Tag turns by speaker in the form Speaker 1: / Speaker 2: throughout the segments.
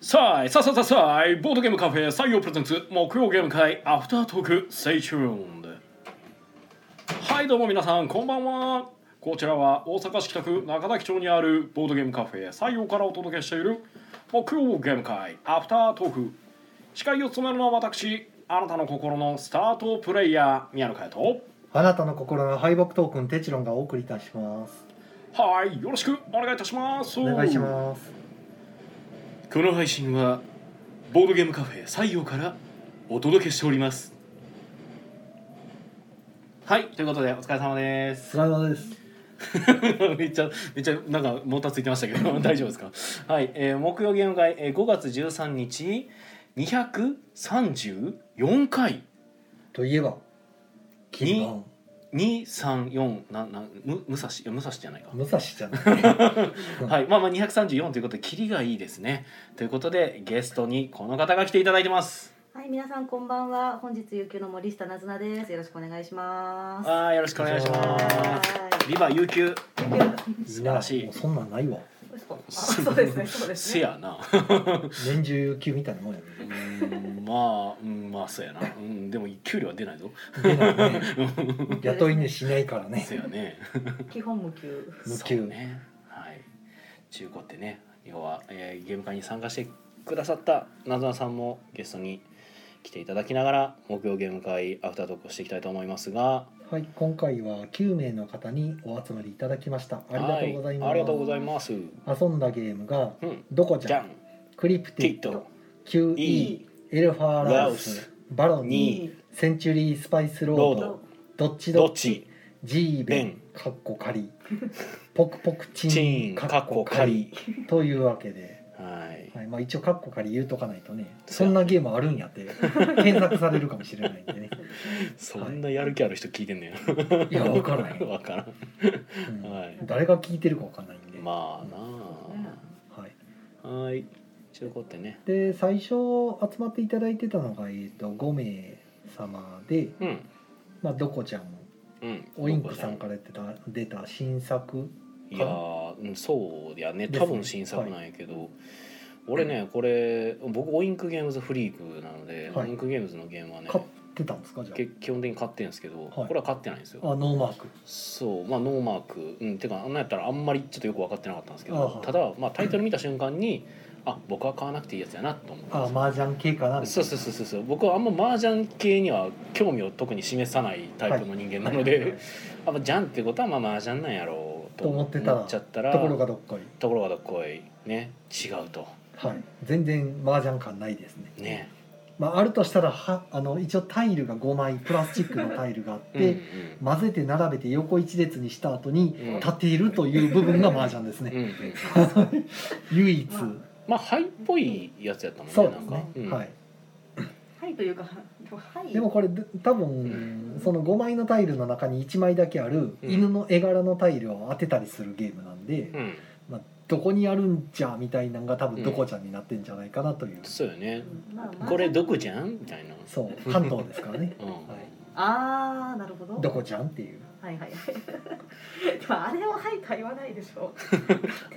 Speaker 1: さあ、さあさあさあさあ、ボードゲームカフェ採用プレゼンツ、木曜ゲーム会、アフタートーク、Stay tuned。はい、どうも皆さん、こんばんは。こちらは大阪市北区中崎町にあるボードゲームカフェ採用からお届けしている木曜ゲーム会、アフタートーク。司会を務めるのは私、あなたの心のスタートプレイヤー、宮野佳代と。
Speaker 2: あなたの心の敗北トークンテチロンがお送りいたします。
Speaker 1: はい、よろしくお願いいたします。
Speaker 2: お願いします。
Speaker 1: この配信はボードゲームカフェ採用からお届けしておりますはいということでお疲れ様です
Speaker 2: スライダーです。
Speaker 1: めっちゃめっちゃなんかもたついてましたけど 大丈夫ですかはい、えー、木曜ゲーム会、えー、5月13日234回
Speaker 2: といえば。金番。
Speaker 1: 234ななむ武蔵いや武蔵じゃないか
Speaker 2: 武蔵じ ゃない。
Speaker 1: はいまあまあ234ということでキリがいいですねということでゲストにこの方が来ていただいてます
Speaker 3: はい、皆さんこんばんは。本日有給の森下なずなです。よろしくお願いします。
Speaker 1: あーよろしくお願いし
Speaker 2: お願
Speaker 1: ま
Speaker 2: いし
Speaker 1: す
Speaker 2: ま
Speaker 1: ビバ有給素晴らしい
Speaker 2: なもうそんなんないわ。
Speaker 3: あそうですね、そうです
Speaker 1: せ
Speaker 3: ね。
Speaker 1: やな
Speaker 2: 年中級みたいなもんやね。
Speaker 1: うーんまあうんまあそうやな、うん、でも給料は出ないぞ
Speaker 2: 出ないね雇い主しないから ね
Speaker 1: せ。やね
Speaker 3: 基本無給。
Speaker 2: 無給
Speaker 1: そうねはい中古ってね要は、えーゲーム会に参加してくださったなずなさんもゲストに来ていただきながら木曜ゲーム会アフタートークをしていきたいと思いますが
Speaker 2: はい、今回は9名の方にお集まりいただきました。ありがとうござい
Speaker 1: はありがとう
Speaker 2: ま
Speaker 1: ございます
Speaker 2: す。遊んだゲームが。
Speaker 1: うん
Speaker 2: どこ
Speaker 1: じ
Speaker 2: じ
Speaker 1: ゃ
Speaker 2: ゃ
Speaker 1: ん
Speaker 2: クリプテ
Speaker 1: ティッ。
Speaker 2: ィ
Speaker 1: ト
Speaker 2: QE。エルファーラウ
Speaker 1: ラウ
Speaker 2: ス
Speaker 1: ス。
Speaker 2: バロ
Speaker 1: に
Speaker 2: ニー。センチュリースパイスロ
Speaker 1: ロー
Speaker 2: ード
Speaker 1: ド。
Speaker 2: どっち
Speaker 1: ど
Speaker 2: ど
Speaker 1: っ
Speaker 2: っ
Speaker 1: ち
Speaker 2: ちジーベンかっこ仮ポクポクチン
Speaker 1: チーン
Speaker 2: かっこ仮というわけで、
Speaker 1: はい
Speaker 2: はいまあ、一応かっこ仮言うとかないとねそんなゲームあるんやって検索されるかもしれないんでね
Speaker 1: そんなやる気ある人聞いてんねん
Speaker 2: いや分からない、
Speaker 1: わからん
Speaker 2: うん
Speaker 1: はい
Speaker 2: 誰が聞いてるか分かんないんで、
Speaker 1: まあな
Speaker 2: はい、
Speaker 1: あ、はい中古ってね
Speaker 2: で最初集まっていただいてたのが、えー、と5名様で、
Speaker 1: うん
Speaker 2: まあ、どこちゃん
Speaker 1: うん
Speaker 2: オインプさんから出た出た新作
Speaker 1: いやーうんそうやね
Speaker 2: です
Speaker 1: 多
Speaker 2: ね
Speaker 1: 分新作なんやけど、俺ねこれ僕オインクゲームズフリークなので、
Speaker 2: はい
Speaker 1: オインクゲームズのゲームはね
Speaker 2: 買ってたんですかじゃ
Speaker 1: け基本的に買ってるんですけど、これは買ってないんです
Speaker 2: あ
Speaker 1: よ
Speaker 2: あノーマーク
Speaker 1: そうまあノーマークうんてかあんなんやったらあんまりちょっとよく分かってなかったんですけ
Speaker 2: あ
Speaker 1: ど
Speaker 2: は
Speaker 1: ただまあタイトル見た瞬間にあ僕は買わなくていいやつやなと思って
Speaker 2: ああ麻雀系かなみたい
Speaker 1: そう
Speaker 2: な
Speaker 1: そうそうそうそう僕はあんま麻雀系には興味を特に示さないタイプの人間なので、あまあジャンってことはまあ麻雀なんやろうと
Speaker 2: と思ってたら
Speaker 1: 思っちゃったら
Speaker 2: ところがどっこい
Speaker 1: ところがどっこいね違うと
Speaker 2: はい、全然麻雀感ないですね。
Speaker 1: ね
Speaker 2: まあ、あるとしたらはあの一応タイルが5枚プラスチックのタイルがあって、混ぜて並べて横一列にした後に
Speaker 1: うん
Speaker 2: 立ているという部分が麻雀です
Speaker 1: うんうん
Speaker 2: ね、
Speaker 1: うんうん、
Speaker 2: 唯一、
Speaker 3: まあ
Speaker 1: まあハイっぽいやつやったもんね
Speaker 2: そうです
Speaker 1: なん
Speaker 2: ね
Speaker 1: か、、うん
Speaker 2: はい、
Speaker 3: はい、というか、はい。
Speaker 2: でもこれで多分、その5枚のタイルの中に1枚だけある
Speaker 1: うん
Speaker 2: 犬の絵柄のタイルを当てたりするゲームなんで、
Speaker 1: うん、
Speaker 2: まあ、どこにあるんじゃみたいなのが多分どこちゃんになってんじゃないかなという、
Speaker 1: そうよね
Speaker 3: まあ、まあ
Speaker 1: これどこじゃんみたいな
Speaker 2: そう関東ですからね
Speaker 1: うん
Speaker 2: はい
Speaker 3: ああ、なるほど。
Speaker 2: どこちゃんっていう。
Speaker 3: はいはい。 でもあれははいとは言わないでしょ。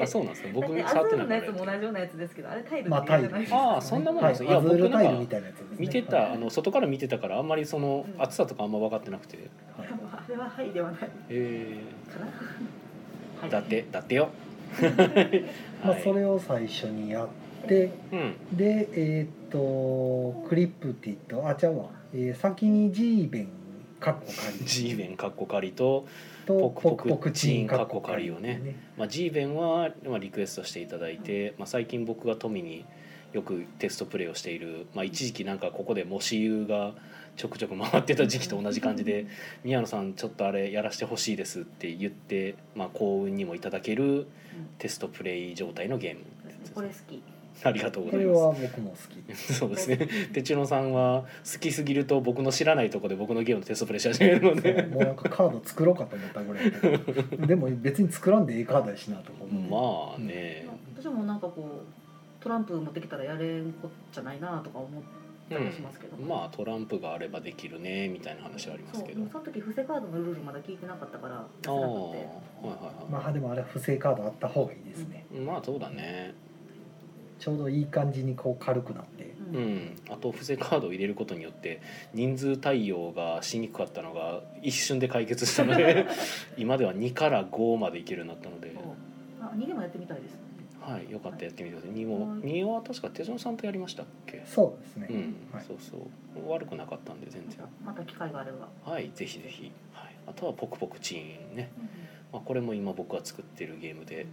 Speaker 1: あそうなんですか僕
Speaker 3: だってア
Speaker 1: 触って
Speaker 3: ズー
Speaker 1: な
Speaker 3: ル
Speaker 1: いか
Speaker 3: のやつも
Speaker 1: ら
Speaker 3: 同じようなやつですけど、あれタイル
Speaker 2: まあタイル
Speaker 3: じゃないです
Speaker 1: あ
Speaker 3: か
Speaker 1: ーそんなもんです
Speaker 2: ね
Speaker 1: ね
Speaker 2: はいい、
Speaker 1: や
Speaker 2: アズール
Speaker 1: 僕なんか
Speaker 2: タイルみたいなやつですね
Speaker 1: 見て
Speaker 2: はい
Speaker 1: たあの外から見てたからあんまりその
Speaker 3: うん
Speaker 1: 厚さとかあんま分かってなくて、
Speaker 2: はい
Speaker 3: でもあれははいではないか
Speaker 1: え
Speaker 3: な。は
Speaker 1: ー、
Speaker 3: い
Speaker 1: だっ。てだ ってよ
Speaker 2: まあ
Speaker 1: はい、
Speaker 2: それを最初にやって
Speaker 1: うん
Speaker 2: でえーっとクリプティとあちゃうわ、えー先にジーベンカッコカリ
Speaker 1: ジーベンかっこかりと、
Speaker 2: と
Speaker 1: ポクポクチン
Speaker 2: カッ
Speaker 1: カ
Speaker 2: コ
Speaker 1: ッコカリをねまあ、ジーベンは、まあ、リクエストしていただいて、まあ、最近僕が富によくテストプレイをしている、まあ、一時期なんかここで模試湯がちょくちょく回ってた時期と同じ感じ で「宮野さんちょっとあれやらしてほしいです」って言って、まあ、幸運にもいただけるテストプレイ状態のゲーム
Speaker 3: これ好き。
Speaker 1: ありがとうご
Speaker 2: こ
Speaker 1: ざい
Speaker 2: れ
Speaker 1: ま
Speaker 2: は僕も好き
Speaker 1: す。そうですね。てちのさんは好きすぎると僕の知らないとこで僕のゲームのテストプレイし始めるので、
Speaker 2: もうなんかカード作ろうかと思ったぐらいだけどでも別に作らんでええカードやしなとか思って、
Speaker 1: まあね、
Speaker 3: 私もなんかこうトランプ持ってきたらやれんこっちゃないなとか思ったりしますけど、
Speaker 1: まあトランプがあればできるねみたいな話はありま
Speaker 3: そ
Speaker 1: す
Speaker 3: う
Speaker 1: け
Speaker 3: で
Speaker 1: ど
Speaker 3: も。その時伏せカードのルールまだ聞いてなかったから
Speaker 1: ああ
Speaker 3: 知
Speaker 1: ー、
Speaker 3: らな
Speaker 1: はいは
Speaker 3: くて
Speaker 1: いはい。
Speaker 2: まあでもあれは不正カードあった方がいいですね、
Speaker 1: まあそうだね。
Speaker 2: ちょうどいい感じにこう軽くなって
Speaker 3: う
Speaker 1: うんん、あと伏せカードを入れることによって人数対応がしにくかったのが一瞬で解決したの で今では2から5までいけるようになったので、
Speaker 3: そうあ逃げもやってみたいですね
Speaker 1: はい、よかったらやってみてください2も2は確か手順さんとやりましたっけ
Speaker 2: そうですね、
Speaker 1: うん、
Speaker 2: はい
Speaker 1: そうそう悪くなかったんで全然
Speaker 3: また機会があれば、
Speaker 1: はいぜひぜひ、はい、あとは「ポクポクチーンね」まあ、これも今僕が作ってるゲームで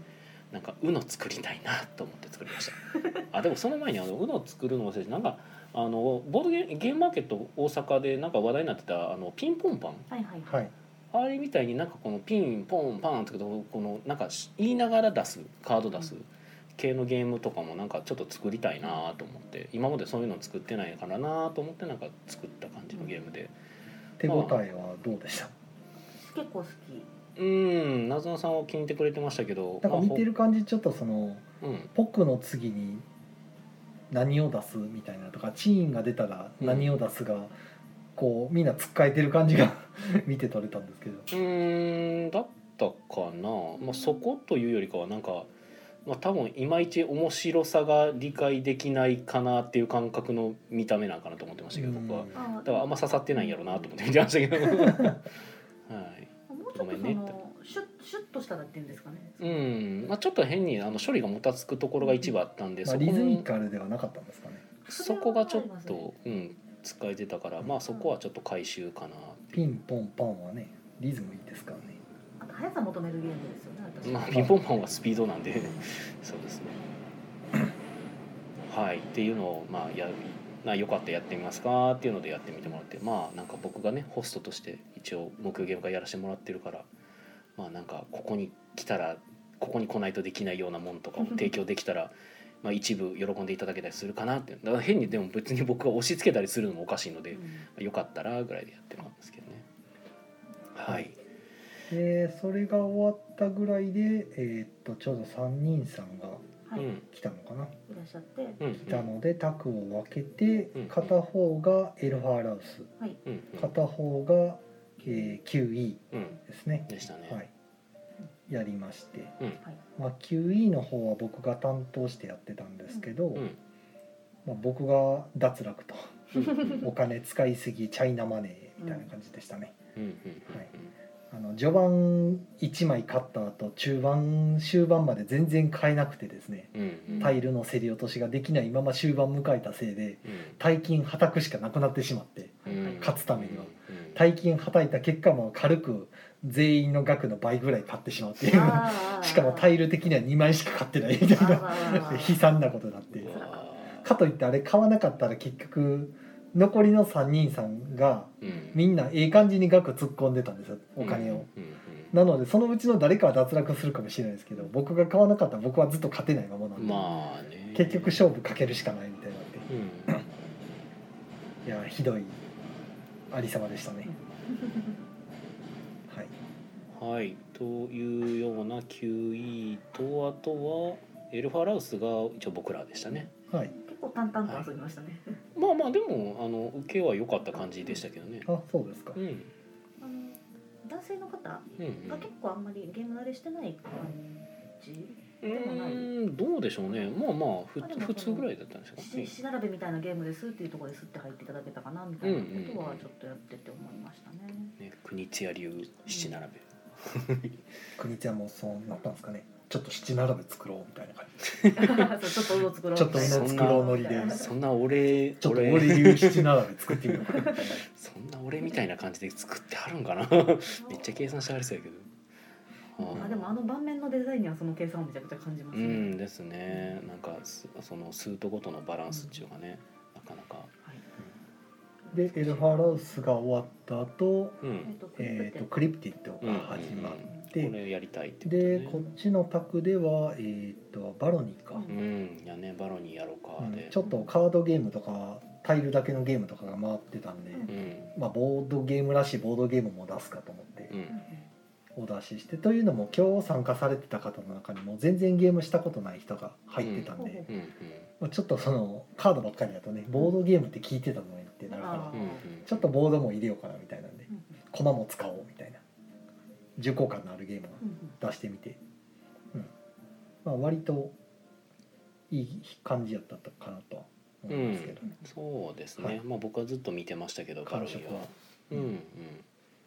Speaker 1: なんか「UNO 作りたいなと思って作りました あでもその前にあの UNO 作るの忘れてなんかあのボードゲーゲームマーケット大阪でなんか話題になってたあのピンポンパン
Speaker 3: はいはいは
Speaker 2: は
Speaker 3: い、
Speaker 2: い
Speaker 1: あれみたいになんかこのピンポンパンってこのなんか言いながら出すカード出す系のゲームとかもなんかちょっと作りたいなと思って今までそういうの作ってないからなと思ってなんか作った感じのゲームで
Speaker 2: 手応えはどうでした
Speaker 3: 結構好き
Speaker 1: うん謎のさんは気に入ってくれてましたけど
Speaker 2: なんか見て
Speaker 1: る、
Speaker 2: る感じちょっとその
Speaker 1: まあほうん、
Speaker 2: ポクの次に何を出すみたいなとかチーンが出たら何を出すが、こうみんなつっかえてる感じが 見て取れたんですけど
Speaker 1: うーんだったかな、まあ、そこというよりかはなんか、まあ、多分いまいち面白さが理解できないかなっていう感覚の見た目なんかなと思ってましたけど僕は
Speaker 2: うん
Speaker 3: あ
Speaker 1: だからあんま刺さってないんやろうなと思って見てましたけどは い
Speaker 3: もうちょっと
Speaker 1: ご
Speaker 3: そ
Speaker 1: めんね
Speaker 3: のシュッシュッとしたらっていうんですかね、
Speaker 1: うんまあ、ちょっと変にあの処理がもたつくところが一部あったんで、
Speaker 2: まあ、
Speaker 1: そこ
Speaker 2: リズミ
Speaker 1: も
Speaker 2: カルではなかったんですかね
Speaker 1: そこがちょっ
Speaker 3: それはあ
Speaker 1: と、うん、使えてたから、まあ、そこはちょっと回収かなってい
Speaker 2: ピ
Speaker 1: う
Speaker 2: ンポンパンはねリズムいいですからね
Speaker 3: あと速さ求めるゲームですよね私
Speaker 1: まあ、ピンポンパンはスピードなんでそうですねはいっていうのをまあやなよかったらやってみますかっていうのでやってみてもらってまあなんか僕がねホストとして一応目標ゲーム会やらせてもらってるからまあなんかここに来たらここに来ないとできないようなもんとかを提供できたらまあ一部喜んでいただけたりするかなってだから変にでも別に僕が押し付けたりするのもおかしいので、
Speaker 3: うん
Speaker 1: よかったらぐらいでやってもらうんですけどねはい
Speaker 2: でそれが終わったぐらいで、えーっとちょうど3人さんが
Speaker 3: はい、
Speaker 1: うん
Speaker 3: い
Speaker 2: 来たのかな
Speaker 3: らっしゃって、
Speaker 1: うん
Speaker 2: 来たので卓を分けて
Speaker 1: うん
Speaker 2: 片方がエルファーラウス
Speaker 1: うんうん
Speaker 2: 片方が、えー QE
Speaker 1: うん
Speaker 2: ですね
Speaker 1: でしたね、
Speaker 2: はいやりまして、
Speaker 3: はい
Speaker 2: まあ、QE の方は僕が担当してやってたんですけど、
Speaker 1: うん
Speaker 2: まあ、僕が脱落と
Speaker 1: うんうん
Speaker 2: お金使いすぎチャイナマネーみたいな感じでしたね、
Speaker 1: うんうん
Speaker 2: はいあの序盤1枚買った後中盤終盤まで全然買えなくてですね
Speaker 1: うんうん
Speaker 2: タイルの競り落としができないまま終盤迎えたせいで大金はたくしかなくなってしまって
Speaker 1: うんうん
Speaker 2: 勝つためには
Speaker 1: うんうん
Speaker 2: 大金はたいた結果も軽く全員の額の倍ぐらい買ってしまうっていう
Speaker 3: あー
Speaker 2: しかもタイル的には2枚しか買ってないみたいな
Speaker 3: あーあーあー
Speaker 2: 悲惨なことになって
Speaker 1: うわ
Speaker 2: かといってあれ買わなかったら結局残りの3人さんが
Speaker 1: ーうん
Speaker 2: みんなええ感じに額突っ込んでたんですよお金を、
Speaker 1: うんうん
Speaker 2: なのでそのうちの誰かは脱落するかもしれないですけど僕が買わなかったら僕はずっと勝てないままなんで、
Speaker 1: まあね
Speaker 2: 結局勝負かけるしかないみたいになって
Speaker 1: うん
Speaker 2: いやひどいありさまでしたねはい
Speaker 1: はいというような QE とあとはエルファラウスが一応僕らでしたね
Speaker 2: はい
Speaker 3: 結構淡々と遊びましたね、
Speaker 1: まあまあでもあの受けは良かった感じでしたけどね
Speaker 2: あそうですか
Speaker 1: うん
Speaker 3: あの男性の方が
Speaker 1: うんうん
Speaker 3: 結構あんまりゲーム慣れしてない感じ、
Speaker 1: う
Speaker 3: でもない
Speaker 1: ーんどうでしょうねまあまあふ
Speaker 3: あでも
Speaker 1: 普通ぐらいだったんですか
Speaker 3: 七七並べみたいなゲームですっていうところですって入っていただけたかなみたいなことはちょっとやってて思いましたね、
Speaker 1: ね国津屋流七並べ
Speaker 2: 国ちゃんもそうなったんですかねちょっと七並べ作ろうみたいな感じ
Speaker 3: そうちょっと運を作ろう
Speaker 2: ちょっと
Speaker 1: 運を作
Speaker 2: ろうノリで
Speaker 1: そんな俺
Speaker 2: ちょっと俺流七並べ作ってみようかなみたいな
Speaker 1: そんな俺みたいな感じで作ってあるんかな めっちゃ計算してありそうやけど
Speaker 3: あでもあの盤面のデザインにはその計算をめちゃくちゃ感じま
Speaker 1: う
Speaker 3: すね、
Speaker 1: んですねなんかすそのスートごとのバランスっていうかねなかなか
Speaker 3: はい
Speaker 2: でエルファーラウスが終わった後、
Speaker 1: う
Speaker 3: えっ
Speaker 1: ん、
Speaker 3: とクリプ
Speaker 2: えー、とクリプテ
Speaker 3: テン
Speaker 2: ィッドが始まっ
Speaker 1: こ
Speaker 2: て、
Speaker 1: れやりたいってこと
Speaker 2: で
Speaker 1: ね
Speaker 2: こっちの卓では、えー、とバロニーか、
Speaker 3: う
Speaker 1: うんやねバロニーやろう
Speaker 2: う
Speaker 1: か
Speaker 2: ん
Speaker 1: で
Speaker 2: ちょっとカードゲームとかタイルだけのゲームとかが回ってたんで、
Speaker 3: うん
Speaker 1: うん
Speaker 2: まあ、ボードゲームらしいボードゲームも出すかと思って
Speaker 1: うん
Speaker 2: お出ししてというのも今日参加されてた方の中にも全然ゲームしたことない人が入ってたんで、
Speaker 3: うん
Speaker 1: うん
Speaker 2: まあちょっとそのカードばっかりだとねボードゲームって聞いてたのにってなるから
Speaker 1: う
Speaker 3: あ
Speaker 1: んうん
Speaker 2: ちょっとボードも入れようかなみたいなんで
Speaker 3: うんうん
Speaker 2: 駒も使おうみたいな重厚感のあるゲームを
Speaker 3: うんうん
Speaker 2: 出してみて、うんまあ、割といい感じやったかなとは思いますけどね、
Speaker 1: そうですね、
Speaker 2: はい
Speaker 1: まあ僕はずっと見てましたけど
Speaker 2: 感
Speaker 1: カル
Speaker 2: 触
Speaker 1: ビは。
Speaker 2: は
Speaker 1: うんうん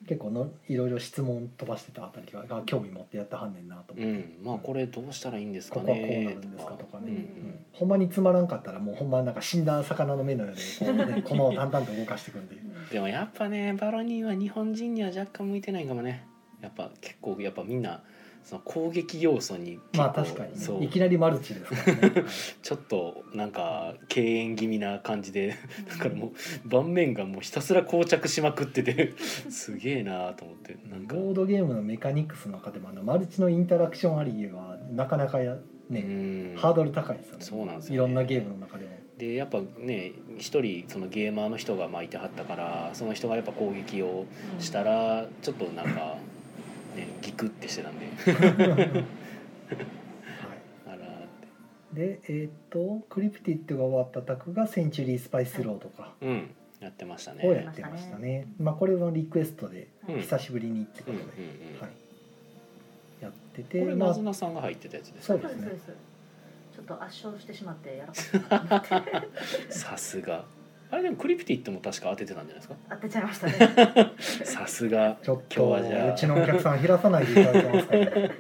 Speaker 2: 結構のいろいろ質問飛ばしてたあたりがが興味持ってやってはんねんなと思
Speaker 1: う
Speaker 2: って、
Speaker 1: ん、まあこれどうしたらいいんですか
Speaker 2: ここはこうな
Speaker 1: ね
Speaker 2: るんですかとかね、
Speaker 1: うん
Speaker 2: うんほんまにつまらんかったらもうほんまなんか死んだ魚の目のようでこう、 ね、駒を淡々と動かしていくんで
Speaker 1: でもやっぱねバロニーは日本人には若干向いてないかもねやっぱ結構やっぱみんなその攻撃要素に結構
Speaker 2: まあ確かに
Speaker 1: そ
Speaker 2: ね
Speaker 1: う
Speaker 2: いきなりマルチですから ね、はい
Speaker 1: ちょっとなんか敬遠気味な感じで だからもう盤面がもうひたすら膠着しまくってて すげえなと思ってなんか
Speaker 2: ボードゲームのメカニクスの中でもあのマルチのインタラクションありはなかなかや
Speaker 1: う
Speaker 2: ね、
Speaker 1: ん
Speaker 2: ハードル高いですよね
Speaker 1: そうなんですよね
Speaker 2: いろんなゲームの中 でも
Speaker 1: でやっぱね一人そのゲーマーの人がまあいてはったからその人がやっぱ攻撃をしたらちょっとなんか、ね、ギクってしてたんで
Speaker 2: は
Speaker 1: あらーって
Speaker 2: いでえーっとクリプティッドが終わったタクが「センチュリー・スパイス・ロード」か
Speaker 1: うんやってましたね。
Speaker 2: をやってましたね、まあこれはリクエストで
Speaker 1: うん
Speaker 2: 久しぶりにってこ
Speaker 1: うん
Speaker 2: と
Speaker 1: うん
Speaker 2: で、
Speaker 1: うん
Speaker 2: はい、やって
Speaker 1: こ
Speaker 2: て
Speaker 1: れ
Speaker 2: ま
Speaker 1: ナ
Speaker 2: あ
Speaker 1: ズナさんが入ってたやつです
Speaker 2: そ
Speaker 1: ね
Speaker 2: うですね
Speaker 3: そうですそうですちょっと圧勝してしまってやらかしたなと 思って
Speaker 1: さすがあれでもクリプティットも確か当ててたんじゃないで
Speaker 3: 当てちゃいましたね
Speaker 1: すかさすが
Speaker 2: ちょっ
Speaker 1: 今
Speaker 2: と
Speaker 1: 日はじゃあ
Speaker 2: うちのお客さん減らさないでいただけますかね
Speaker 3: いや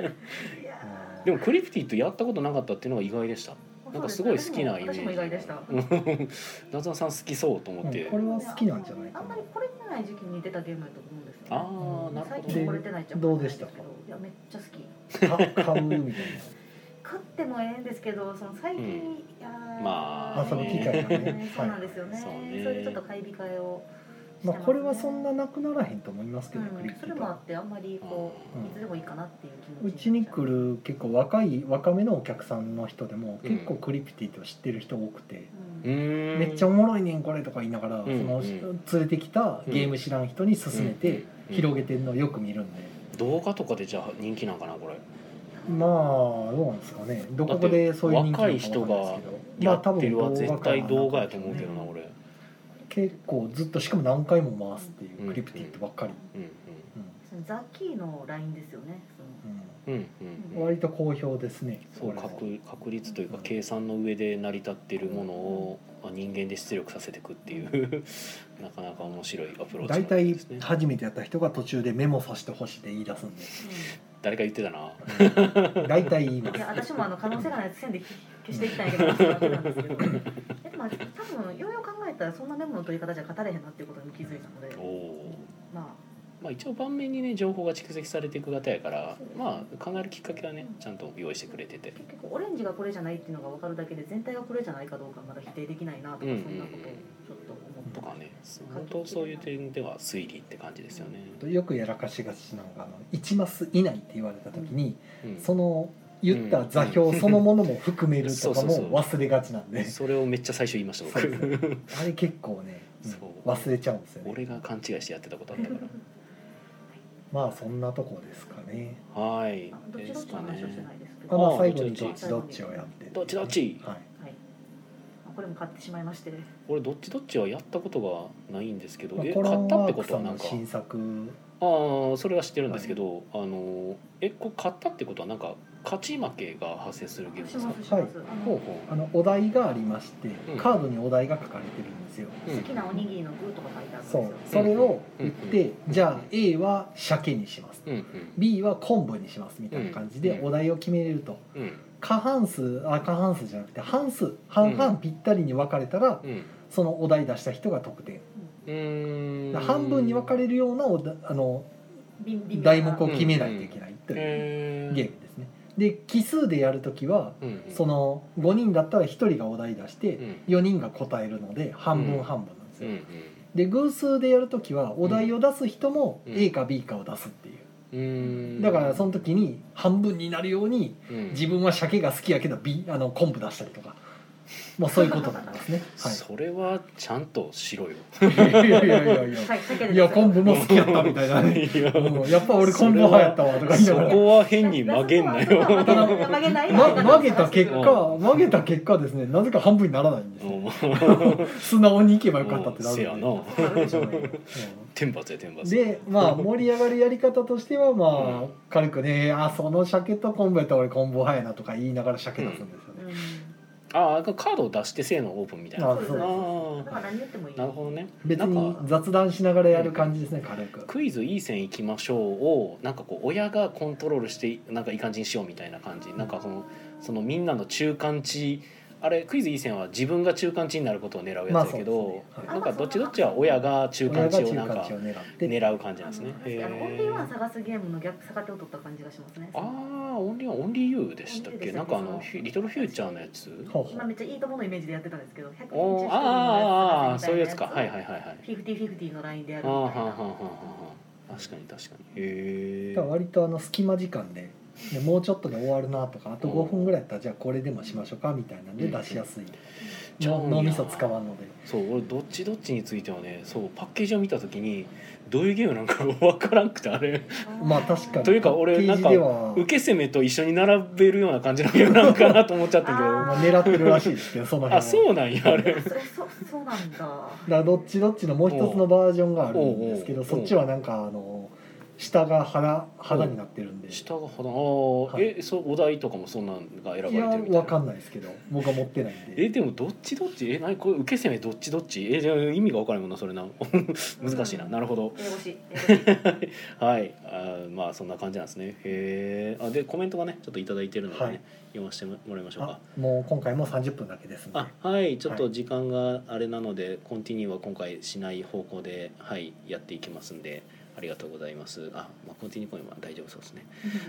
Speaker 2: うん
Speaker 1: でもクリプティットやったことなかったっていうのが意外でした
Speaker 3: ー
Speaker 1: なんかすごい好きなイメージ
Speaker 3: 私も私も意外でした
Speaker 1: うん ナズナさん好きそうと思って、
Speaker 2: うんこれは好きなんじゃないか
Speaker 3: あん
Speaker 2: な
Speaker 3: まりこれてない時期に出たゲームだと思うんですよね
Speaker 1: ああなる
Speaker 3: 最
Speaker 1: ほど
Speaker 3: 近
Speaker 1: ね
Speaker 3: これてないっちゃこ
Speaker 2: ど
Speaker 3: れてないんけ
Speaker 2: うでしたか
Speaker 3: いやめっちゃ好き
Speaker 2: か買うみたい
Speaker 3: 食ってもええんですけどその最近、
Speaker 1: うん
Speaker 3: いやー
Speaker 1: まあ
Speaker 2: 遊ぶ機会がね
Speaker 3: そうなんですよね,、
Speaker 1: はいそうね
Speaker 3: それでちょっと買い控えをして
Speaker 2: な、ま
Speaker 3: ま
Speaker 2: すあ、
Speaker 3: ね
Speaker 2: これはそんななくならへんと思いますけ
Speaker 3: う
Speaker 2: ど、クリ
Speaker 3: ん
Speaker 2: プ、
Speaker 3: そ
Speaker 2: ティ
Speaker 3: れ
Speaker 2: ッ
Speaker 3: もあ
Speaker 2: ト
Speaker 3: ってあんまりこう、
Speaker 2: うん
Speaker 3: いつでもいいかなっていう気持
Speaker 2: う
Speaker 3: ち
Speaker 2: ちに来
Speaker 3: る、
Speaker 2: る結構若い若めのお客さんの人でも
Speaker 1: うん
Speaker 2: 結構クリプティット知ってる人多くて、
Speaker 3: う
Speaker 1: うんん
Speaker 2: めっちゃおもろいねんこれとか言いながら、
Speaker 1: ん
Speaker 2: その
Speaker 1: うん
Speaker 2: 連れてきたゲーム知らん人に勧めて
Speaker 1: うん
Speaker 2: 広げてるのをよく見るんで、
Speaker 1: 動画とかでじゃあ人気なんかなこれ
Speaker 2: まあどうなんですかねどこでそういう人気なのかわかんないですけどま
Speaker 1: や
Speaker 2: あ多
Speaker 1: って
Speaker 2: 分
Speaker 1: るは
Speaker 2: 動
Speaker 1: 絶
Speaker 2: 画
Speaker 1: 対
Speaker 2: か
Speaker 1: 動画やと思うけどな
Speaker 3: うん
Speaker 1: 俺
Speaker 2: 結構ずっとしかも何回も回すっていうクリプティットばっかり、
Speaker 1: うん
Speaker 2: う
Speaker 3: そのザキーのラインですよねその
Speaker 2: ん
Speaker 1: うんうん
Speaker 2: う
Speaker 1: うん
Speaker 2: ん、割と好評ですね
Speaker 1: そう
Speaker 2: これは
Speaker 1: 確確率というか
Speaker 2: うん
Speaker 1: 計算の上で成り立ってるものをまあ人間で出力させていくっていう なかなか面白いアプローチな
Speaker 2: 大
Speaker 1: ん
Speaker 2: 体
Speaker 1: ですね
Speaker 2: 初めてやった人が途中でメモさせてほしいって言い出 すんで
Speaker 1: 誰か言ってたな
Speaker 2: 大体言いま
Speaker 3: い
Speaker 2: す
Speaker 3: や私もあの可能性がないやつ線で消していきたいけど忘れてた んですけどえでも多分ようよう考えたらそんなメモの取り方じゃ語れへんなっていうことにも気づいたので
Speaker 1: おお
Speaker 3: ま
Speaker 1: まあ一応盤面にね情報が蓄積されていく型やからまあ考えるきっかけはねちゃんと用意してくれてて
Speaker 3: あ結構オレンジがこれじゃないっていうのが分かるだけで全体がこれじゃないかどうかまだ否定できないなとかそ
Speaker 1: うんうんうん
Speaker 3: んなことをちょっと思った
Speaker 1: とかね本当そういう点では推理って感じですよね、
Speaker 2: よくやらかしがちなのがあの1マス以内って言われた時に、
Speaker 1: うん、
Speaker 2: その言った座標そのものも含めるとか
Speaker 1: そうそうそう
Speaker 2: も忘れがちなんで
Speaker 1: それをめっちゃ最初言いました僕
Speaker 2: そうそうあれ結構ね、うん
Speaker 1: そう
Speaker 2: 忘れちゃうんですよね
Speaker 1: 俺が勘違いしてやってたことあったか
Speaker 2: まあそんなとこですかね
Speaker 1: らはい
Speaker 3: あどっち
Speaker 1: で
Speaker 3: どっ
Speaker 1: す
Speaker 3: ちの
Speaker 1: か
Speaker 3: 話をして
Speaker 1: ね
Speaker 3: ないですけ
Speaker 2: あ
Speaker 3: ど、
Speaker 2: ま
Speaker 1: あ
Speaker 2: あ最後に
Speaker 1: ど
Speaker 2: ど
Speaker 1: っ
Speaker 2: っ
Speaker 3: ち
Speaker 2: ちどっちをやって
Speaker 1: どっちどっち
Speaker 2: はい、
Speaker 3: はい、あこれも買ってしまいまして
Speaker 1: 俺どっちどっちはやったことがないんですけど、
Speaker 2: まあ、
Speaker 1: え
Speaker 2: コロ
Speaker 1: 買
Speaker 2: ン
Speaker 1: ったっ
Speaker 2: ワ
Speaker 1: て
Speaker 2: ー
Speaker 1: こ
Speaker 2: ク
Speaker 1: と
Speaker 2: さ
Speaker 1: は
Speaker 2: ん
Speaker 1: なん
Speaker 2: の
Speaker 1: か
Speaker 2: 新作
Speaker 1: ああそれは知ってるんですけど、あのえこれ買ったってことはなんか勝ち負けが発生するゲームで
Speaker 3: し
Speaker 1: すか
Speaker 3: ますします、あ
Speaker 1: ほう
Speaker 3: の
Speaker 1: ほ
Speaker 2: あのお題がありまして、
Speaker 1: うん
Speaker 2: カードにお題が書かれてるんですよ、
Speaker 1: う、うん、
Speaker 3: 好きなおにぎりの具とか書いてあるんです
Speaker 2: そ
Speaker 3: よ
Speaker 2: うそれを言って、
Speaker 1: うん
Speaker 2: じゃあ A は鮭にします、
Speaker 1: うん
Speaker 2: B は昆布にしますみたいな感じで
Speaker 1: うん
Speaker 2: お題を決めれると
Speaker 1: うんうん
Speaker 2: 過半数あ過半数じゃなくて半数半々ぴったりに分かれたら、
Speaker 1: うん
Speaker 2: そのお題出した人が得点
Speaker 1: うーん
Speaker 2: 半分に分かれるようなおだあの
Speaker 3: ビンビン
Speaker 2: 題目を決めないといけないという
Speaker 1: え
Speaker 2: ゲームですねで奇数でやるときは
Speaker 1: ーム
Speaker 2: その5人だったら1人がお題出して
Speaker 1: うん
Speaker 2: 4人が答えるので半分半分なんです
Speaker 1: う
Speaker 2: よ、
Speaker 1: んうん
Speaker 2: で偶数でやるときはお題を出す人も
Speaker 1: うん
Speaker 2: A か B かを出すっていう
Speaker 1: うーん
Speaker 2: だからその時に半分になるように
Speaker 1: うん
Speaker 2: 自分は鮭が好きやけど、B、あの昆布出したりとかもうそういうことになりますねは
Speaker 1: それはちゃんとしろよ。
Speaker 2: いいやいやいや い
Speaker 3: はい避け
Speaker 2: や
Speaker 3: る
Speaker 2: いや昆布も好きやったみたいなね
Speaker 1: いや
Speaker 2: うんやっぱ俺昆布派やったわとか言い な
Speaker 1: そ
Speaker 2: がら。
Speaker 1: こは変に曲げんなよ。
Speaker 3: そこはそこは曲げない
Speaker 2: ま、曲げた結
Speaker 1: う
Speaker 2: 果
Speaker 1: ん
Speaker 2: 曲げた結果ですねなぜか半分にならないんです
Speaker 1: う
Speaker 2: よ
Speaker 1: ん
Speaker 2: 素直にいけばよかったってなるん
Speaker 1: せ
Speaker 2: で
Speaker 1: やな。
Speaker 3: そうなんですよね
Speaker 1: 天罰や天
Speaker 2: うん
Speaker 1: 罰。
Speaker 2: で まあ盛り上がるやり方としてはま
Speaker 1: う
Speaker 2: あ
Speaker 1: ん
Speaker 2: 軽くね「あその鮭と昆布やったら俺昆布派やな」とか言いながら鮭出すんですよね、
Speaker 3: うん
Speaker 1: ああカードを出してせーのオープンみたいなあ
Speaker 2: あそう
Speaker 1: あ
Speaker 2: そう
Speaker 3: だから何言ってもいい
Speaker 1: なるほどね
Speaker 2: 別
Speaker 1: なん
Speaker 2: に
Speaker 1: か
Speaker 2: 雑談しながらやる感じですね軽く
Speaker 1: クイズいい線いきましょうをなんかこう親がコントロールしてなんかいい感じにしようみたいな感じなんかそのそのみんなの中間地あれクイズいい線は自分が中間地になることを狙うやつだけど、
Speaker 2: まあそうですね
Speaker 3: はい
Speaker 1: なんかどっちどっちは親が中
Speaker 2: 親
Speaker 1: 間
Speaker 2: が
Speaker 1: 地
Speaker 2: 中
Speaker 1: をなん
Speaker 2: 間
Speaker 1: か
Speaker 2: 値を狙って
Speaker 1: 狙う感じなんですね。
Speaker 3: あのオンリーワン探すゲームの逆逆手を取った感じがしますね
Speaker 1: ああオンリーワンオンリーユーでしたっけなんかあ
Speaker 3: オ
Speaker 1: の
Speaker 3: ンリーユーでした
Speaker 1: フィリト
Speaker 3: っけ
Speaker 1: ルフューチャーのやつ
Speaker 2: ほうほ
Speaker 3: 今めっちゃいいとものイメージでやってたんですけど100人中
Speaker 1: おーあ
Speaker 3: 1
Speaker 1: ーあーあー
Speaker 3: 人
Speaker 1: そういうやつかはいはいいはいはい
Speaker 3: 50/50のラインでや
Speaker 1: あー
Speaker 3: る
Speaker 1: はん
Speaker 3: み
Speaker 1: はん
Speaker 3: たい
Speaker 1: はんはんはんは
Speaker 3: な
Speaker 1: ん確かに確かにへえ
Speaker 2: だから割とあの隙間時間ででもうちょっとで終わるなとかあと5分ぐらいやったらじゃあこれでもしましょうかみたいなんで出しやすいの脳みそ使わんので
Speaker 1: そう俺どっちどっちについてはねそうパッケージを見た時にどういうゲームなんか分からんくてあれ
Speaker 2: まあ確かに
Speaker 1: というか俺
Speaker 2: ページでは
Speaker 1: 受け攻めと一緒に並べるような感じのゲームなのかなと思っちゃったけど
Speaker 2: まあ狙ってるらしいですけどその辺
Speaker 1: あ
Speaker 2: は
Speaker 1: そうなんやあれ
Speaker 3: そそそうな んだ
Speaker 2: だからどっちどっちのもう一つのバージョンがあるんですけ
Speaker 1: お
Speaker 2: ど
Speaker 1: うおう
Speaker 2: そっちはなんかあの下が腹腹になってるんでい
Speaker 1: 下がほどあー、
Speaker 2: はい
Speaker 1: えそうお題とかもそんなんが選ばれてるみ
Speaker 2: や
Speaker 1: たいな
Speaker 2: わかんないですけど僕は持ってないん
Speaker 1: え
Speaker 2: で
Speaker 1: でもどっちどっちえ何これ受け攻めどっちどっちえじゃあ意味が分からんもんなそれな 難しいな、なるほど
Speaker 3: 英語し英語し
Speaker 1: はいあーまあそんな感じなんですねへえでコメントがねちょっと頂いただいてるので、ね
Speaker 2: はい
Speaker 1: 読ませてもらいましょう
Speaker 2: あ
Speaker 1: か
Speaker 2: もう今回も30分だけですんで
Speaker 1: あはいちょっと時間があれなので、コンティニューは今回しない方向ではいやっていきますんでありがとうございますあ、まあ、コンティニューコインは大丈夫そうですね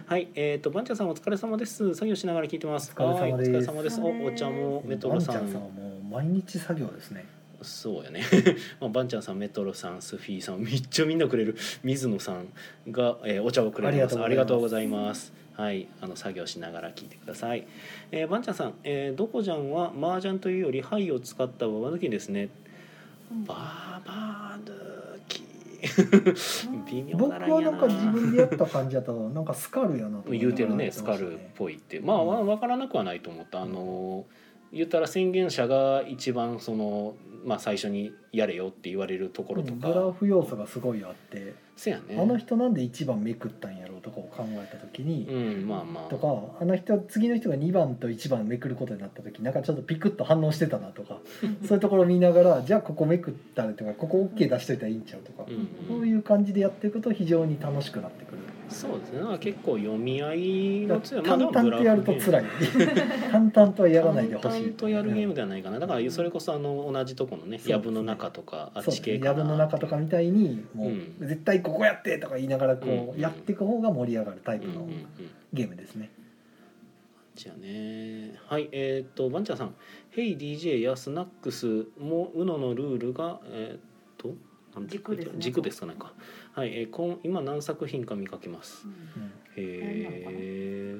Speaker 1: はいえっ、とバンチャーさんお疲れ様です作業しながら聞いてます
Speaker 2: お疲れ様
Speaker 1: はい
Speaker 2: です
Speaker 1: お疲れ様ですおお茶もメトロさ
Speaker 2: ワンちゃ
Speaker 1: ん
Speaker 2: んさんはもう毎日作業ですね
Speaker 1: そうやね、 まあ、バンちゃんさんメトロさんスフィーさんめっちゃみんなくれる水野さんが、えーお茶をくれてますあ
Speaker 2: あ
Speaker 1: り
Speaker 2: り
Speaker 1: が
Speaker 2: が
Speaker 1: と
Speaker 2: と
Speaker 1: う
Speaker 2: う
Speaker 1: ご
Speaker 2: ご
Speaker 1: ざいますはいあの作業しながら聞いてください、えー、バンちゃんさん、えー、どこじゃんは麻雀というより牌を使ったババ抜きですね ババ抜き 微妙
Speaker 2: 僕
Speaker 1: なライン
Speaker 2: は
Speaker 1: や
Speaker 2: なんか自
Speaker 1: な
Speaker 2: 分でやった感じだとなんかスカルやなと思いな
Speaker 1: 言う
Speaker 2: が
Speaker 1: て
Speaker 2: ら
Speaker 1: るね
Speaker 2: やって
Speaker 1: ス
Speaker 2: ま
Speaker 1: カ
Speaker 2: した
Speaker 1: ルっ
Speaker 2: ね
Speaker 1: ぽいってまあ、わ分からなくはないと思ったあの言ったら宣言者が一番その、まあ、最初にやれよって言われるところと
Speaker 2: うん
Speaker 1: か、
Speaker 2: グラフ要素がすごいあって、
Speaker 1: せやね
Speaker 2: あの人なんで1番めくったんやろうとかを考えた時に、
Speaker 1: うんまあまあ
Speaker 2: とかあの人次の人が2番と1番めくることになった時なんかちょっとピクッと反応してたなとかそういうところ見ながらじゃあここめくったりとかここ OK 出しといたらいいんちゃうとか、
Speaker 1: うん、
Speaker 2: そううんいう感じでやっていくと非常に楽しくなってくる。
Speaker 1: そうですねなんか結構読み合いの強い
Speaker 2: 淡々とやると辛
Speaker 1: い
Speaker 2: い 淡々とはやらないでほしい
Speaker 1: 淡々とやるゲームではないかなだからそれこそあの同じとこのね
Speaker 2: そうですね
Speaker 1: 藪の中とかあっ
Speaker 2: そう
Speaker 1: ち
Speaker 2: ですね
Speaker 1: 系か
Speaker 2: 藪
Speaker 1: な
Speaker 2: の中とかみたいにもう、
Speaker 1: うん
Speaker 2: 絶対ここやってとか言いながらこ
Speaker 1: うん
Speaker 2: うやっていく方が盛り上がるタイ
Speaker 1: うん
Speaker 2: プ
Speaker 1: うんう
Speaker 2: の
Speaker 1: ん
Speaker 2: ゲームですね。
Speaker 1: じゃあねはいえーっとバンチャーさん「HeyDJ」や「スナックス」も UNO のルールがえーっとなんて書いてある軸
Speaker 3: 軸で
Speaker 1: ですかなんかはい、えー、こん今何作品か見かけます
Speaker 2: うん
Speaker 1: へえ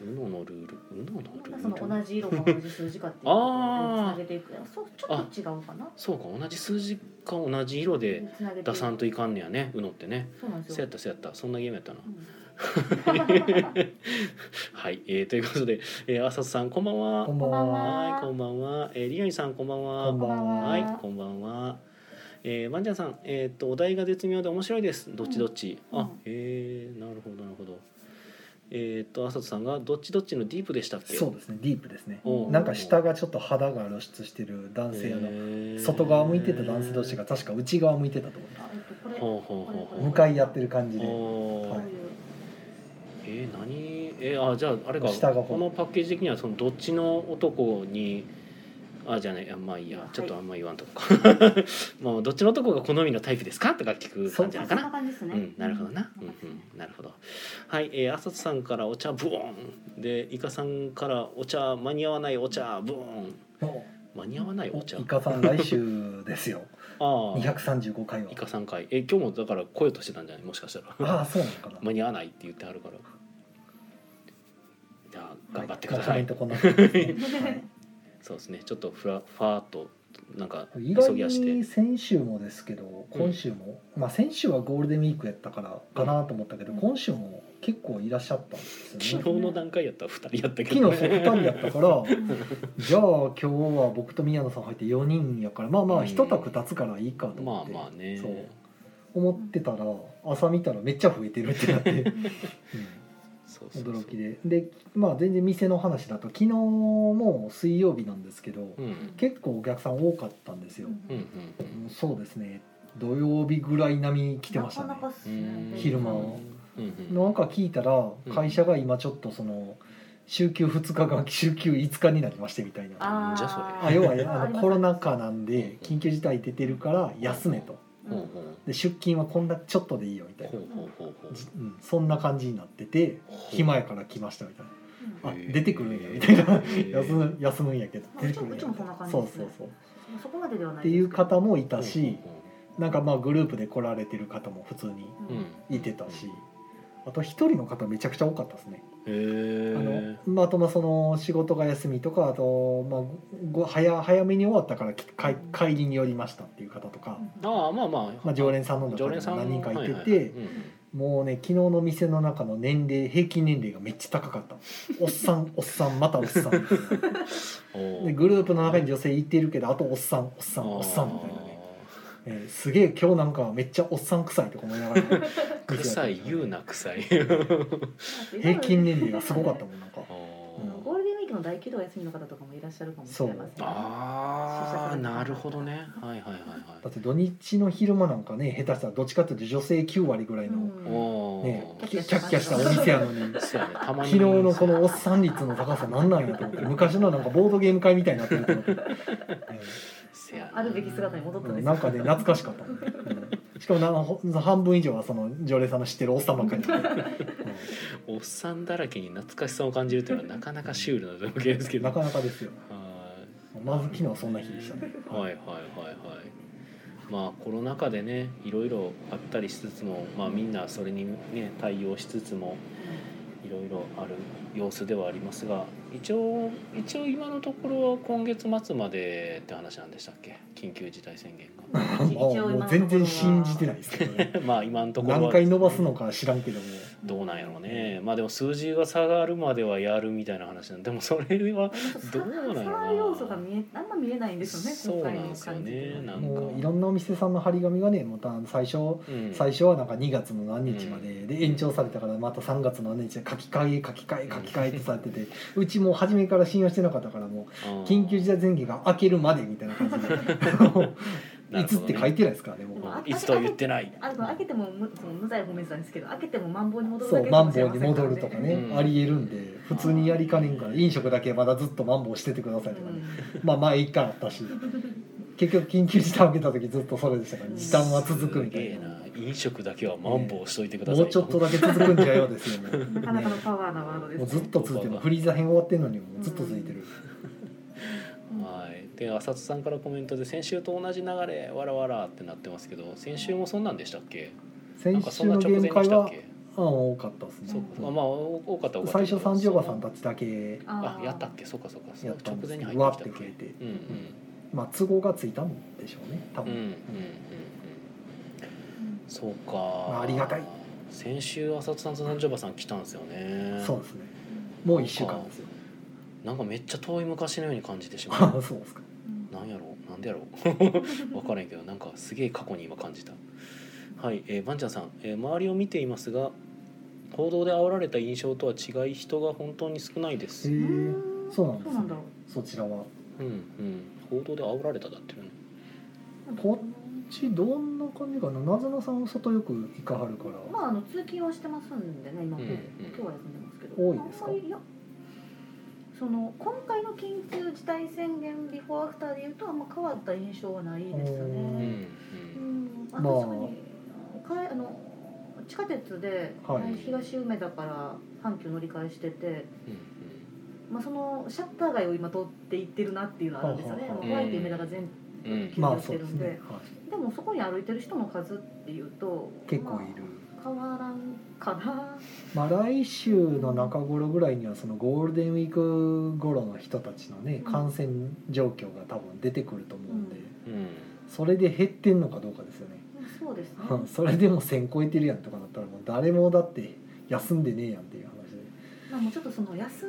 Speaker 1: UNO のルール UNO のル
Speaker 3: その
Speaker 1: ール
Speaker 3: 同じ色が同じ数字かっていう
Speaker 1: あー
Speaker 3: つなげていくそうちょっと違うかな
Speaker 1: そうか同じ数字か同じ色で
Speaker 3: つなげてい
Speaker 1: 出
Speaker 3: く
Speaker 1: さんといかんねやねうのってね
Speaker 3: そうなんで
Speaker 1: そう
Speaker 3: す
Speaker 1: や
Speaker 3: よ
Speaker 1: ったそうやったそんなゲームやったな
Speaker 3: うん
Speaker 1: はい、えー、ということで、えー、浅田さんこんばんは
Speaker 2: こんばん
Speaker 3: こんばん
Speaker 2: は。
Speaker 1: はいこんばんは、えー、リアイさんこんばんは
Speaker 2: こんばんは
Speaker 1: はいこんばんはえー、ワンちゃんさん、えー、とお題が絶妙で面白いですどっちどっち、
Speaker 3: うんう
Speaker 1: あ
Speaker 3: ん
Speaker 1: へえなるほどなるほどえっ、と浅田さんがどっちどっちのディープでしたっけ
Speaker 2: そうですね。ディープですね。
Speaker 1: おう
Speaker 2: なんか下がちょっと肌が露出してる男性あの
Speaker 1: へー
Speaker 2: 外側向いてた男性同士が確か内側向いてたと思いま
Speaker 3: えっとこれ
Speaker 1: ほうほうほうほ
Speaker 2: す。
Speaker 1: う
Speaker 2: 向かい合ってる感じで。
Speaker 1: おー
Speaker 2: はい
Speaker 1: えー、何えーあじゃああれか
Speaker 2: 下が
Speaker 1: このパッケージ的にはそのどっちの男にあじゃあねあまあいいや、
Speaker 3: はい
Speaker 1: ちょっとあんま言わんとこ かまあどっちの男が好みのタイプですかとか聞く感じなのか
Speaker 3: そんな
Speaker 1: な
Speaker 3: 感じです
Speaker 1: う
Speaker 3: ね、
Speaker 1: んなるほどな、うんうん、なるほどはいえー、浅田さんからお茶ブオンでイカさんからお茶間に合わないお茶ブオン
Speaker 2: お
Speaker 1: 間に合わないお茶
Speaker 2: イカさん来週ですよ。
Speaker 1: あ
Speaker 2: 235
Speaker 1: あ
Speaker 2: 回は
Speaker 1: イ。カさん会え今日もだから来ようとしてたんじゃないもしかしたら
Speaker 2: ああそうなのかな。
Speaker 1: 間に合わないって言ってあるからじゃあ頑張ってくだ
Speaker 2: は
Speaker 1: さい、
Speaker 2: まあコメントこんな感じですねはい
Speaker 1: そうですねちょっとふらふわーっとなんか
Speaker 2: 意
Speaker 1: 急
Speaker 2: 外
Speaker 1: ぎ足で
Speaker 2: に先週もですけど今週も、まあ先週はゴールデンウィークやったからかなと思ったけど、
Speaker 3: うん
Speaker 2: 今週も結構いらっしゃったんですよ
Speaker 1: 昨
Speaker 2: ね
Speaker 1: 日の段階やったら2人やったけど
Speaker 2: 昨
Speaker 1: ね
Speaker 2: 日そう2人やったからじゃあ今日は僕と宮野さん入って4人やからまあま
Speaker 1: う
Speaker 2: あ
Speaker 1: ん
Speaker 2: 一択立つからいいかと
Speaker 1: まあ
Speaker 2: 思って、
Speaker 1: まあね
Speaker 2: そう 思ってたら朝見たらめっちゃ増えてるってなって、うん
Speaker 1: そうそうそう
Speaker 2: 驚きででまあ全然店の話だと昨日も水曜日なんですけど
Speaker 1: うんうん
Speaker 2: 結構お客さん多かったんですよ、
Speaker 1: うん
Speaker 2: うんそうですね土曜日ぐらい並み来てましたね
Speaker 3: なかなかっす
Speaker 1: うん
Speaker 3: ね
Speaker 2: 昼間
Speaker 3: う
Speaker 2: は
Speaker 3: ん
Speaker 1: うんうん
Speaker 2: なんか聞いたら
Speaker 1: うん
Speaker 2: 会社が今ちょっとその週休2日が週休5日になりましてみたいな
Speaker 3: あー
Speaker 1: じゃそれ
Speaker 2: あ要はあ
Speaker 3: り
Speaker 2: の
Speaker 3: ます
Speaker 2: コロナ禍なんで緊急事態出てるから休めと
Speaker 3: う
Speaker 1: ほうんほう
Speaker 2: で出勤はこんなちょっとでいいよみたいな
Speaker 1: ほう、ほうほうほう
Speaker 2: じうん、そんな感じになってて暇やから来ましたみたいなあ出てくるんやみたいな休
Speaker 1: っ
Speaker 2: む休むんやけど
Speaker 3: まあ
Speaker 2: 出てくるんや
Speaker 3: うちもうちもそんな感じ
Speaker 2: そ
Speaker 3: で
Speaker 2: う
Speaker 3: す
Speaker 2: そ
Speaker 3: ね
Speaker 2: うそう
Speaker 3: そこまでではない
Speaker 2: っていう方
Speaker 3: も
Speaker 2: もいたしなんかまあグループで来られてる方も普通にいてたしあと一人の方めちゃくちゃ多かったですね
Speaker 1: へ
Speaker 2: あの
Speaker 1: え
Speaker 2: まああとまあその仕事が休みとかあとまあご早早めに終わったからき帰帰りに寄りましたっていう方とか、
Speaker 1: ああまあまあ
Speaker 2: まあ、常連さんの中
Speaker 1: 常
Speaker 2: で
Speaker 1: 連さん
Speaker 2: も
Speaker 1: の
Speaker 2: 何人かいてて、
Speaker 1: ははうん
Speaker 2: もうね昨日の店の中の年齢平均年齢がめっちゃ高かったおっさ んおっさんまたおっさん
Speaker 1: お
Speaker 2: でグループの中に女性いてるけどあとおっさんおっさんおっさんみたいなね、えーすげえ今日なんかめっちゃおっさん臭いとか思いながら
Speaker 1: あー臭い言うな臭い
Speaker 2: 平均年齢がすごかったもんなんか
Speaker 1: あ
Speaker 3: ゴ
Speaker 1: ー
Speaker 3: ールデンウィークの大規模休みの方とかもいらっしゃるかもしれませんね
Speaker 1: あーなるほどねはいはいはい
Speaker 2: だ
Speaker 1: は
Speaker 2: って土日の昼間なんかね下手したらどっちかっていうと女性9割ぐらい
Speaker 1: い
Speaker 2: の、
Speaker 3: うん
Speaker 1: お
Speaker 2: ね
Speaker 1: お
Speaker 2: キャッキャしたお店やのに
Speaker 1: そうやねたま
Speaker 2: 昨
Speaker 1: に
Speaker 2: 日のこのおっさん率の高さなんなんやと思って 昔のなんかボードゲーム会みたいになってると思って、えー
Speaker 1: せやな
Speaker 3: あるべき姿に戻ったん
Speaker 2: う
Speaker 3: で
Speaker 2: ん
Speaker 3: す
Speaker 2: なんかね懐かしかったもん、うんしかもなほ半分以上はその常連さんの知ってるおっさんばっかりなんで、
Speaker 1: おっさんだらけに懐かしさを感じるというのはなかなかシュールな条件です
Speaker 2: う
Speaker 1: け
Speaker 2: ん
Speaker 1: ど
Speaker 2: なかなかですよ
Speaker 1: はい
Speaker 2: まず昨日はそんな日でしたね
Speaker 1: はいはいはいはいまあコロナ禍でねいろいろあったりしつつも、まあ、みんなそれにね対応しつつもいろいろある様子ではありますが一応一応今のところは今月末までって話なんでしたっけ緊急事態宣言
Speaker 2: まあもう全然信じてないですけどね
Speaker 1: が まあ今のところは
Speaker 2: 何回伸ばすのか知らんけども
Speaker 1: どうなんやろうねまあでも数字が下がるまではやるみたいな話なんででもそれはどうなんやろな
Speaker 3: その要素が見えあんま見えないんですよね
Speaker 1: そうな
Speaker 3: 今回
Speaker 1: ん
Speaker 3: の
Speaker 1: ですよ
Speaker 3: 感じ
Speaker 1: ね
Speaker 3: で
Speaker 1: なんか
Speaker 2: もういろんなお店さんの張り紙がねまた最初
Speaker 1: うん
Speaker 2: 最初はなんか2月の何日まで、で延長されたからまた3月の何日で書き換え書き換え書き換えってされててうちもう初めから信用してなかったからもう緊急事態宣言が明けるまでみたいな感じでいつって書いてないですからねも
Speaker 3: でも
Speaker 2: う
Speaker 3: あ
Speaker 1: いつとは言ってない
Speaker 3: あの開けても無その無罪褒めてたんですけど開けてもマンボウに戻る
Speaker 2: そ
Speaker 3: だ
Speaker 2: う
Speaker 3: け
Speaker 2: マ
Speaker 3: か
Speaker 2: ン
Speaker 3: もし
Speaker 2: ボ
Speaker 3: れ
Speaker 2: ウに
Speaker 3: ませんから
Speaker 2: 戻
Speaker 3: ね
Speaker 2: るとかね、
Speaker 1: うん
Speaker 2: ありえるんで普通にやりかねんから飲食だけまだずっとマンボウしててくださいとかね、まあ前一回あったし結局緊急事態明けた時ずっとそれでしたから時短は続くみたいな。
Speaker 1: すげえ飲食だけはマンボウしといてください
Speaker 2: もうちょっとだけ続くんじゃよですよね。
Speaker 3: うんなかなかのパワーなワードです
Speaker 2: もう
Speaker 3: ね
Speaker 2: ずっと続いてるフリーザ編終わってんのにもうずっと続いてる。
Speaker 1: はい、で浅津さんからコメントで先週と同じ流れわらわらってなってますけど先週もそんなんでしたっけなん
Speaker 2: 先
Speaker 1: かそ
Speaker 2: 週
Speaker 1: んな
Speaker 2: のゲ
Speaker 1: 直前
Speaker 2: ー
Speaker 1: で
Speaker 2: ム
Speaker 1: し
Speaker 2: 会
Speaker 1: たっ
Speaker 2: は
Speaker 1: け
Speaker 2: あ多かったです
Speaker 1: そう
Speaker 2: ね。
Speaker 1: かまあまあ多かった多かった
Speaker 2: 最初三条おばさんたちだけ
Speaker 1: あ
Speaker 3: あー
Speaker 1: やったっけそうかそうか
Speaker 2: やった
Speaker 1: 直
Speaker 2: んです
Speaker 1: 前に
Speaker 2: けど
Speaker 1: 入
Speaker 2: わ
Speaker 1: っ
Speaker 2: ってて
Speaker 1: きた
Speaker 2: 増
Speaker 1: っ
Speaker 2: えて
Speaker 1: けうん
Speaker 2: まあ都合がついたんでしょうね多
Speaker 1: うんうんうんうんうん
Speaker 2: 分、
Speaker 3: うん
Speaker 1: そうか、
Speaker 2: あありがたい
Speaker 1: 先週浅津さんと三条おばさん来たんですよね
Speaker 2: そうですねもう1週間ですよ
Speaker 1: なんかめっちゃ遠い昔のように感じてしま
Speaker 2: あ
Speaker 1: う
Speaker 2: そうですか
Speaker 3: うん
Speaker 1: なんやろうなんでやろ う分からへんけどなんかすげえ過去に今感じたはい、えー、バンちゃんさん、えー周りを見ていますが報道で煽られた印象とは違い人が本当に少ないで
Speaker 2: へ
Speaker 1: す
Speaker 2: え
Speaker 1: うん
Speaker 2: そうなんで
Speaker 3: そう
Speaker 2: す
Speaker 3: な
Speaker 2: ね
Speaker 3: んだろ
Speaker 2: そちらは
Speaker 1: うん報道で煽られただってるね
Speaker 3: う
Speaker 2: こうちどんな感じかななずなさんは外よく行かはるから
Speaker 3: まああの通勤をしてますんでね今、
Speaker 1: うんうん
Speaker 3: 今日は休んでますけど
Speaker 2: 多いですか
Speaker 3: あんまりいやその今回の緊急事態宣言ビフォーアフターでいうとあんま変わった印象はないです
Speaker 1: うんうん
Speaker 3: ね。うん、あ
Speaker 2: まあ
Speaker 3: 確かにあのかえあの地下鉄で、
Speaker 2: はい
Speaker 3: 東梅田から阪急乗り換えしてて、
Speaker 1: う
Speaker 3: まあ、そのシャッター街を今通って行ってるなっていうのはあるんですよね。
Speaker 2: はあはあ
Speaker 3: まあホワイト梅田が全、
Speaker 1: んうん
Speaker 3: 休
Speaker 2: まあ
Speaker 3: 業し
Speaker 2: そ
Speaker 3: て
Speaker 2: う
Speaker 3: る
Speaker 2: です
Speaker 3: んで
Speaker 2: ね、は
Speaker 3: でもそこに歩いてる人の数っていうと
Speaker 2: い、結構いる、
Speaker 3: まあ変わらんかな。
Speaker 2: まあ、来週の中頃ぐらいにはそのゴールデンウィーク頃の人たちのね
Speaker 3: うん
Speaker 2: 感染状況が多分出てくると思うんで、
Speaker 3: うん
Speaker 1: うん
Speaker 2: それで減ってんのかどうかですよね
Speaker 3: そうですね。
Speaker 2: うん それでも1000超えてるやんとかなったらもう誰もだって休んでねえやんっていう話で
Speaker 3: まあ、もうちょっとその安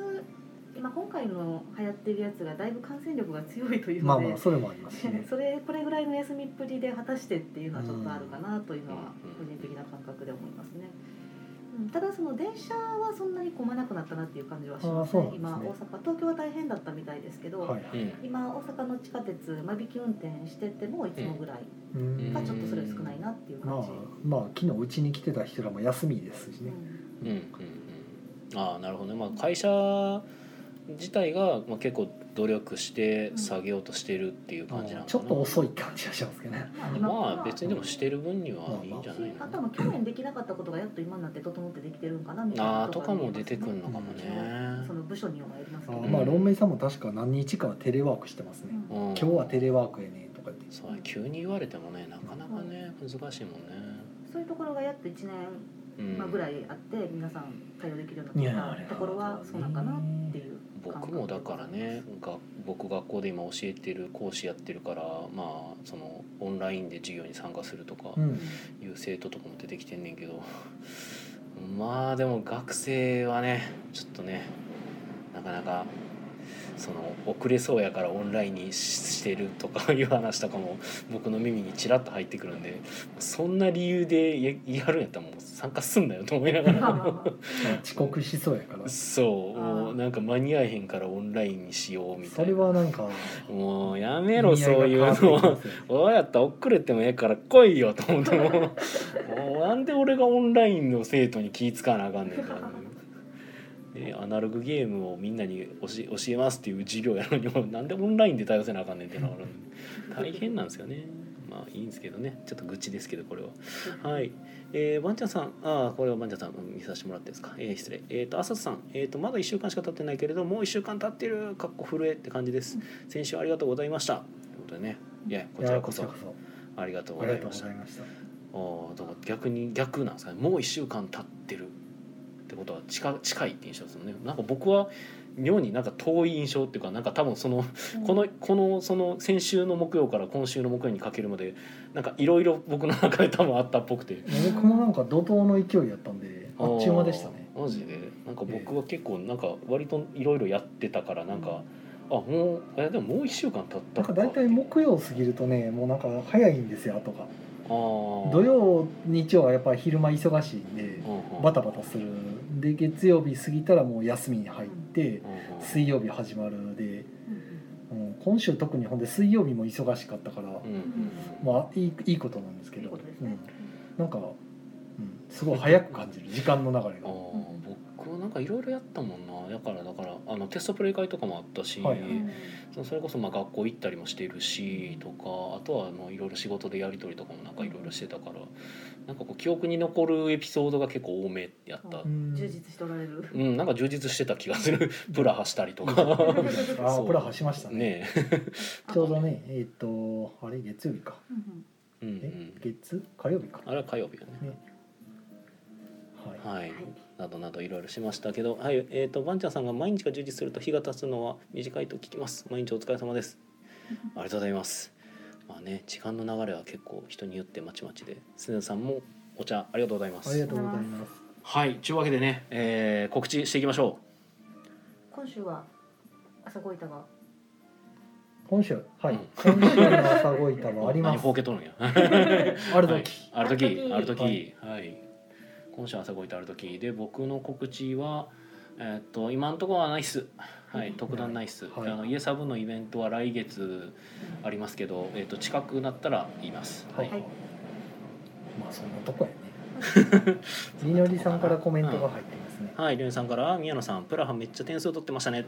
Speaker 3: 今今回の流行ってるやつがだいぶ感染力が強いという
Speaker 2: ま
Speaker 3: の
Speaker 2: あ
Speaker 3: で、
Speaker 2: まあそれもありますしね
Speaker 3: それこれぐらいの休みっぷりで果たしてっていうのはちょっとあるかなというのは
Speaker 1: うん
Speaker 3: 個人的な感覚で思いますね。ううん、ただその電車はそんなに混まなくなったなっていう感じはします
Speaker 2: あーそう
Speaker 3: ね
Speaker 2: なんですね
Speaker 3: 今大阪東京は大変だったみたいですけど、
Speaker 2: はい
Speaker 1: うん
Speaker 3: 今大阪の地下鉄間引き運転しててもいつもぐらい
Speaker 2: うん
Speaker 3: がちょっとそれは少ないなっていう
Speaker 2: ま
Speaker 3: 感
Speaker 2: あ
Speaker 3: じ、
Speaker 2: まあ昨日うちに来てた人らも休みですし
Speaker 3: う
Speaker 2: ね、
Speaker 3: ん
Speaker 1: うんうんうん、ああなるほどね、ま
Speaker 3: うん
Speaker 1: あ、会社自体が、まあ、結構努力して下げようとしてるっていう感じなの
Speaker 2: ち
Speaker 1: か
Speaker 2: ょ
Speaker 1: な、
Speaker 2: っと遅い感じがしますけどね、
Speaker 3: まあ今は
Speaker 1: まあ別にでもしてる分にはいいんじゃない
Speaker 3: あ
Speaker 1: の、
Speaker 3: とはまあ去年できなかったことがやっと今になって整ってできてるんかなみたい
Speaker 1: あ
Speaker 3: な
Speaker 1: あとかも出てくる
Speaker 3: る
Speaker 1: のかもね、
Speaker 3: その部署にはよります
Speaker 2: あ
Speaker 3: けど、
Speaker 2: ー
Speaker 1: うん
Speaker 2: まあ論明さんも確か何日かはテレワークしてますね、
Speaker 3: うん
Speaker 1: うん、
Speaker 2: 今日はテレワークやねとか言って
Speaker 1: そうね急に言われてもねなかなかね難しいもんね、
Speaker 3: そういうところがやっと1年
Speaker 1: うん
Speaker 3: まあぐらいあって皆さん対応できるよう
Speaker 2: い
Speaker 3: に
Speaker 2: や
Speaker 3: な
Speaker 2: あ
Speaker 3: っ
Speaker 2: れ
Speaker 3: た
Speaker 2: は
Speaker 3: ところはそうなんかなっていう
Speaker 1: 僕もだからねが僕学校で今教えてる講師やってるからまあそのオンラインで授業に参加するとか
Speaker 2: う
Speaker 3: うん
Speaker 2: ん
Speaker 1: いう生徒とかも出てきてんねんけど まあでも学生はねちょっとねなかなかその遅れそうやからオンラインにししてるとか いう話とかも僕の耳にちらっと入ってくるんでそんな理由でややるんやったらもう参加すんなよと思いなが
Speaker 3: まあ
Speaker 1: ら
Speaker 3: まあまあ
Speaker 2: 遅刻しそうやから
Speaker 1: そう
Speaker 3: あー
Speaker 1: もうなんか間に合えへんからオンラインにしようみた
Speaker 2: そ
Speaker 1: い
Speaker 2: れは
Speaker 1: な
Speaker 2: なんか
Speaker 1: もうや
Speaker 2: 意
Speaker 1: めろ
Speaker 2: 味合
Speaker 1: そうい
Speaker 2: が
Speaker 1: う
Speaker 2: 変わって
Speaker 1: の
Speaker 2: きますよね
Speaker 1: どうやったら遅れてもええから来いよと思ってももうなんで俺がオンラインの生徒に気ぃ使わなあかんねんから、ね、アナログゲームをみんなに教え教えますっていう授業やのにもうなんでオンラインで対応せなあかんねんってなる大変なんですよねまあいいんですけどねちょっと愚痴ですけどこれははいえー、バンちゃんさんああこれはバンちゃんさんうん見させてもらってですか、えー、失礼えっ、と朝さん、えー、とまだ1週間しか経ってないけれどもう1週間経ってるかっこ震えって感じです先週ありがとうございましたということでねいやこちらこ
Speaker 2: い
Speaker 1: そ
Speaker 2: やこちらこ
Speaker 1: ありがとう
Speaker 2: そあ
Speaker 1: ご
Speaker 2: り
Speaker 1: ざい
Speaker 2: がとう
Speaker 1: ま
Speaker 2: ご
Speaker 1: した
Speaker 2: ざいました
Speaker 1: ああだから逆に逆なんですかねもう1週間経ってるってことは近近いって印象ですよねなんか僕は妙になんか遠い印象っていうかなんか多分そのこのこのその先週の木曜から今週の木曜にかけるまでなんかいろいろ僕の中で多分あったっぽくて
Speaker 2: 僕もなんか怒涛の勢いやったんであっちゅう間でしたね
Speaker 1: あーマジでなんか僕は結構なんか割といろいろやってたからなんかあもうえでももう1週間経った
Speaker 2: なんか大体木曜過ぎるとねもうなんか早いんですよ後が
Speaker 1: 土
Speaker 2: 土曜日曜はやっぱり昼間忙しいんでバタバタするで月曜日過ぎたらもう休みに入って水曜日始まるので、うん、今週特にほんで水曜日も忙しかったから、まあいいいいことなんですけ
Speaker 3: いい
Speaker 2: ど
Speaker 3: ことですね、
Speaker 2: うん、なんか、うん、すごい早く感じる時間の流れ
Speaker 1: あ
Speaker 2: が。
Speaker 1: ー僕なんかいろいろやったもんなだからだからあのテストプレイ会とかもあったし、
Speaker 2: はい
Speaker 3: うん
Speaker 1: そそれこそまあ学校行ったりもしてるしとかあとはあのいろいろ仕事でやり取りとかもなんかいろいろしてたからなんかこう記憶に残るエピソードが結構多めやった
Speaker 2: う。ん
Speaker 3: 充実しておられる
Speaker 1: うん、なんか充実してた気がするプラハしたりとか
Speaker 2: あ
Speaker 1: そ
Speaker 2: あ
Speaker 1: う
Speaker 2: プラハしましたね
Speaker 1: ね
Speaker 2: ちょうどねえっ、とあれ月曜日か
Speaker 3: うん
Speaker 1: え、うんう
Speaker 2: え
Speaker 1: ん、
Speaker 2: 月火曜日か
Speaker 1: あれは火曜日よね
Speaker 2: はい
Speaker 1: はい
Speaker 3: はい
Speaker 1: などなどいろいろしましたけどはいえっ、とバンちゃんさんが毎日が充実すると日が経つのは短いと聞きます毎日お疲れ様 ですありがとうございます。まあね、時間の流れは結構人によってまちまちで、すずさんもお茶ありがとうございま
Speaker 2: ありが
Speaker 1: す。
Speaker 2: とうございます
Speaker 1: はい、というわけでね、えー、告知していきましょ
Speaker 3: 今週は朝ご いたが
Speaker 2: 今週はい、
Speaker 1: うん
Speaker 2: 今週の朝ごいた
Speaker 1: う。
Speaker 2: はあ りま
Speaker 1: 何
Speaker 2: す
Speaker 1: ほうけとるんや。
Speaker 2: あ
Speaker 1: あ
Speaker 2: る時、
Speaker 1: ある時、あ
Speaker 3: あ
Speaker 1: る
Speaker 3: る
Speaker 1: 時、はい。今週朝ごいてある時で、僕の告知は。えーっと今のところはないっす、はい、特段ないっす、
Speaker 2: はい
Speaker 1: あのイエサブのイベントは来月ありますけど、えーっと近くなったら言います、はい
Speaker 3: はい
Speaker 2: まあそんなとこやね みのりさんからコメントが入ってますね、
Speaker 1: はい、りょうさんから宮野さん、プラハめっちゃ点数取ってましたね。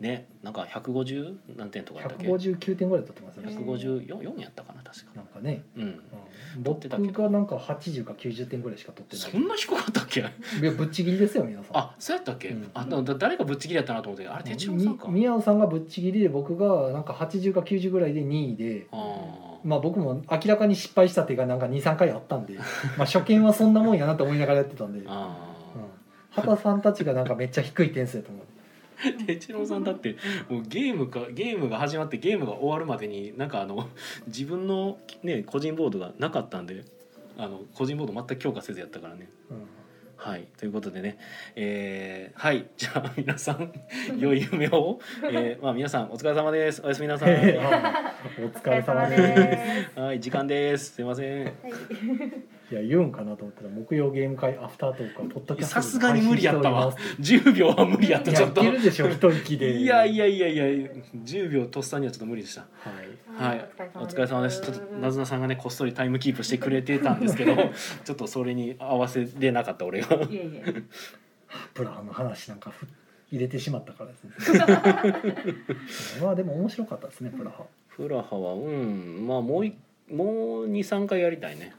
Speaker 1: ね、なんか150何点とかやったっけ
Speaker 2: 159点ぐらい取ってますね
Speaker 1: 154やったかな、確か。
Speaker 2: なんかね、
Speaker 1: うん。
Speaker 2: うん、
Speaker 1: 取ってたけど
Speaker 2: 僕がなんか80か90点ぐらいしか取って
Speaker 1: そ
Speaker 2: なん
Speaker 1: な低かったっけ
Speaker 2: いいやぶっちぎりですよ皆さん
Speaker 1: あ、そうやったっけ、
Speaker 2: うん
Speaker 1: あだだ誰がぶっちぎりやったなと思って、あれ、哲郎さんか。
Speaker 2: み宮野さんがぶっちぎりで僕がなんか80か90ぐらいで2位で
Speaker 1: あー
Speaker 2: まあ僕も明らかに失敗した手がなんか23回あっ たんで、まあ、初見はそんなもんやなと思いながらやってたんで、うん、
Speaker 1: あ
Speaker 2: 畑さんたちがなんかめっちゃ低い点数やと思う
Speaker 1: ー。哲郎さんだってもうゲームかゲームが始まってゲームが終わるまでになんかあの 自分のね個人ボードがなかったんであの個人ボード全く強化せずやったからね
Speaker 2: う
Speaker 1: はい、ということでね、えーはい、 じゃあ皆さ ん良い夢を、えーまあ皆さんお疲れ様です。おやすみなさ
Speaker 2: ん
Speaker 1: い。
Speaker 2: お疲れ様です
Speaker 3: す
Speaker 1: はい、時間です。すいません。
Speaker 3: はい
Speaker 2: いや言うんかなと思ったら木曜ゲーム会アフタートークはポッドキャスト
Speaker 1: さすがに無理やったわ10秒は無理やっ
Speaker 2: い
Speaker 1: た
Speaker 2: や
Speaker 1: ちょ
Speaker 2: や
Speaker 1: っ
Speaker 2: っ
Speaker 1: と
Speaker 2: てるでしょ一息で
Speaker 1: いやいやいやいや10秒とっさにはちょっと無理でした
Speaker 2: はい
Speaker 1: はい、お疲れ様です。ちょっとなずなさんがねこっそりタイムキープしてくれてたんですけど、ちょっとそれに合わせれなかった俺が。
Speaker 3: いえいえ。
Speaker 2: プランの話なんかふ入れてしまったから ですねまあでも面白かったですねプラハ
Speaker 1: フラハはうんまあもういもう二三回やりたいね。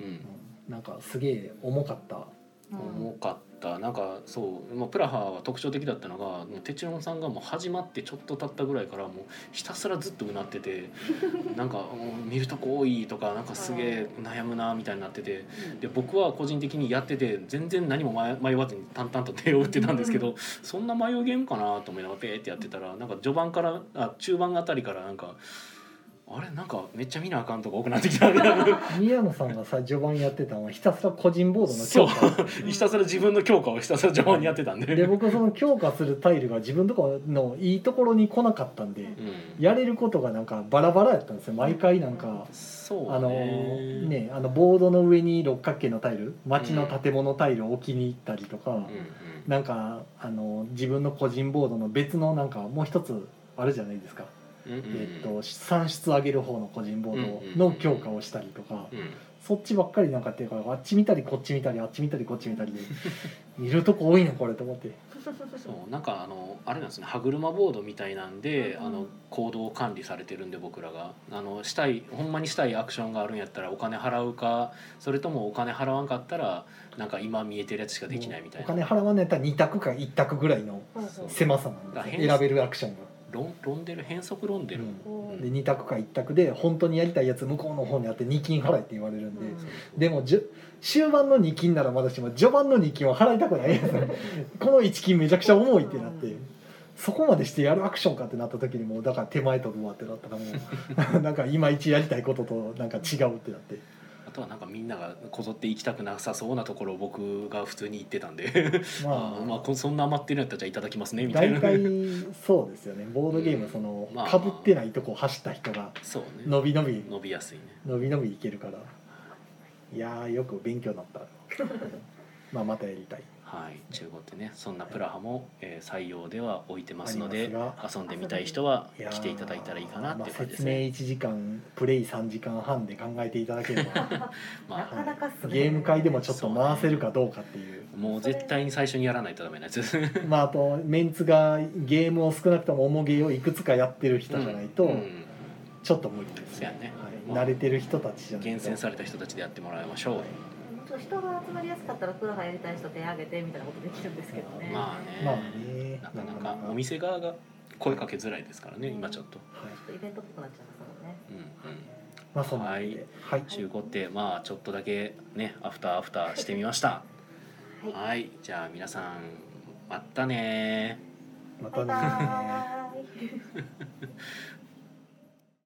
Speaker 1: うん。
Speaker 2: うんなんかすげえ重かった
Speaker 1: 重かったなんかそう、まあ、プラハは特徴的だったのがもうテチロンさんがもう始まってちょっと経ったぐらいからもうひたすらずっとうなっててなんかもう見るとこ多いとかなんかすげえ悩むなみたいになっててで僕は個人的にやってて全然何も迷迷わずに淡々と手を打ってたんですけど、そんな迷うゲームかなと思いながらペーってやってたらなんか序盤からあ中盤あたりからなんかあれなんかめっちゃ見なあかんとか多くなってきた
Speaker 2: 宮野さんがさ序盤やってたのはひたすら個人ボードの
Speaker 1: そ
Speaker 2: 強
Speaker 1: う
Speaker 2: 化
Speaker 1: ひたすら自分の強化をひたすら序盤にやってたんで。
Speaker 2: で僕はその強化するタイルが自分とこのいいところに来なかったんで
Speaker 1: うん
Speaker 2: やれることがなんかバラバラやったんですよ毎回なんか
Speaker 1: そうね
Speaker 2: あのねあのボードの上に六角形のタイル街の建物タイルを置きに行ったりとか、
Speaker 1: うんうん
Speaker 2: なんかあの自分の個人ボードの別のなんかもう一つあるじゃないですか、
Speaker 1: うんうん
Speaker 2: えっと算出上げる方の個人ボードの強化をしたりとか、
Speaker 1: うん
Speaker 2: そっちばっかりなんかっていうかあっち見たりこっち見たりあっち見たりこっち見たり で見るとこ多いなこれと思って
Speaker 1: そうなんかあのあれなんですね歯車ボードみたいなんで、
Speaker 3: うん
Speaker 1: あの行動を管理されてるんで僕らがあのしたいほんまにしたいアクションがあるんやったらお金払うかそれともお金払わんかったらなんか今見えてるやつしかできないみたい
Speaker 2: お金
Speaker 1: な
Speaker 2: 払わないやったら2択か1択ぐらいの狭さなんですよ選べるアクションが、
Speaker 1: 論論でる変則論でる、
Speaker 2: う
Speaker 1: うん
Speaker 2: ん、で2択か1択で本当にやりたいやつ向こうの方にあって2金払いって言われるんで、
Speaker 3: うん
Speaker 2: でもじゅ終盤の2金ならまだしも序盤の2金は払いたくないやつこの1金めちゃくちゃ重いってなってそこまでしてやるアクションかってなった時にもうだから手前飛ぶわってなったからもう なんかいまいちやりたいこととなんか違うってなって
Speaker 1: あとはなんかみんながこぞって行きたくなさそうなところを僕が普通に行ってたんで
Speaker 2: ま
Speaker 1: あ
Speaker 2: あ
Speaker 1: ー まあこそんな余ってるんやったらじゃあいただきますねみたい
Speaker 2: 大
Speaker 1: な
Speaker 2: 体そうですよねボードゲームその
Speaker 1: まあ
Speaker 2: かぶってないとこ走った人が
Speaker 1: そうね
Speaker 2: 伸び伸び
Speaker 1: 伸びやすいね
Speaker 2: 伸び伸びいけるからいやーよく勉強になった まあまたやりたい
Speaker 1: はい、中古ってね、そんなプラハも、えー採用では置いてますの
Speaker 2: あ
Speaker 1: で
Speaker 2: りま
Speaker 1: 遊んでみたい人は
Speaker 2: やー
Speaker 1: 来ていただいたらいいかなっていう感じです
Speaker 2: まあ、
Speaker 1: ね。
Speaker 2: 説明1時間プレイ3時間半で考えていただ ければ
Speaker 1: まあ
Speaker 3: なかなかっすね
Speaker 2: ゲーム会でもちょっと回せるかどうかっていう
Speaker 1: もう絶対に最初にやらないとダメなやつです。
Speaker 2: まああとメンツがゲームを少なくとも重ゲーをいくつかやってる人じゃないと
Speaker 1: うん
Speaker 2: ちょっと無理です
Speaker 1: そうやね
Speaker 2: はい、慣れてる人たちじゃない
Speaker 1: 厳
Speaker 2: と
Speaker 1: 選された人たちでやってもらいましょう。
Speaker 3: ちょっと人が集まりやすかったらプラハやりたい人手挙げてみたいなことできるんですけどね。
Speaker 1: まあね、
Speaker 2: まあね
Speaker 1: なかなかお店側が声かけづらいですからね、今ちょっと。
Speaker 2: はい
Speaker 3: ちょっとイベントっぽくなっちゃいますもんね。
Speaker 1: うんうん、
Speaker 2: まあそんなわけではい、
Speaker 1: 中古ってまあちょっとだけね、アフターアフターしてみました。
Speaker 3: はい
Speaker 1: はい、じゃあ皆さんまたね
Speaker 2: また
Speaker 3: バイ
Speaker 2: ね
Speaker 3: バーイ。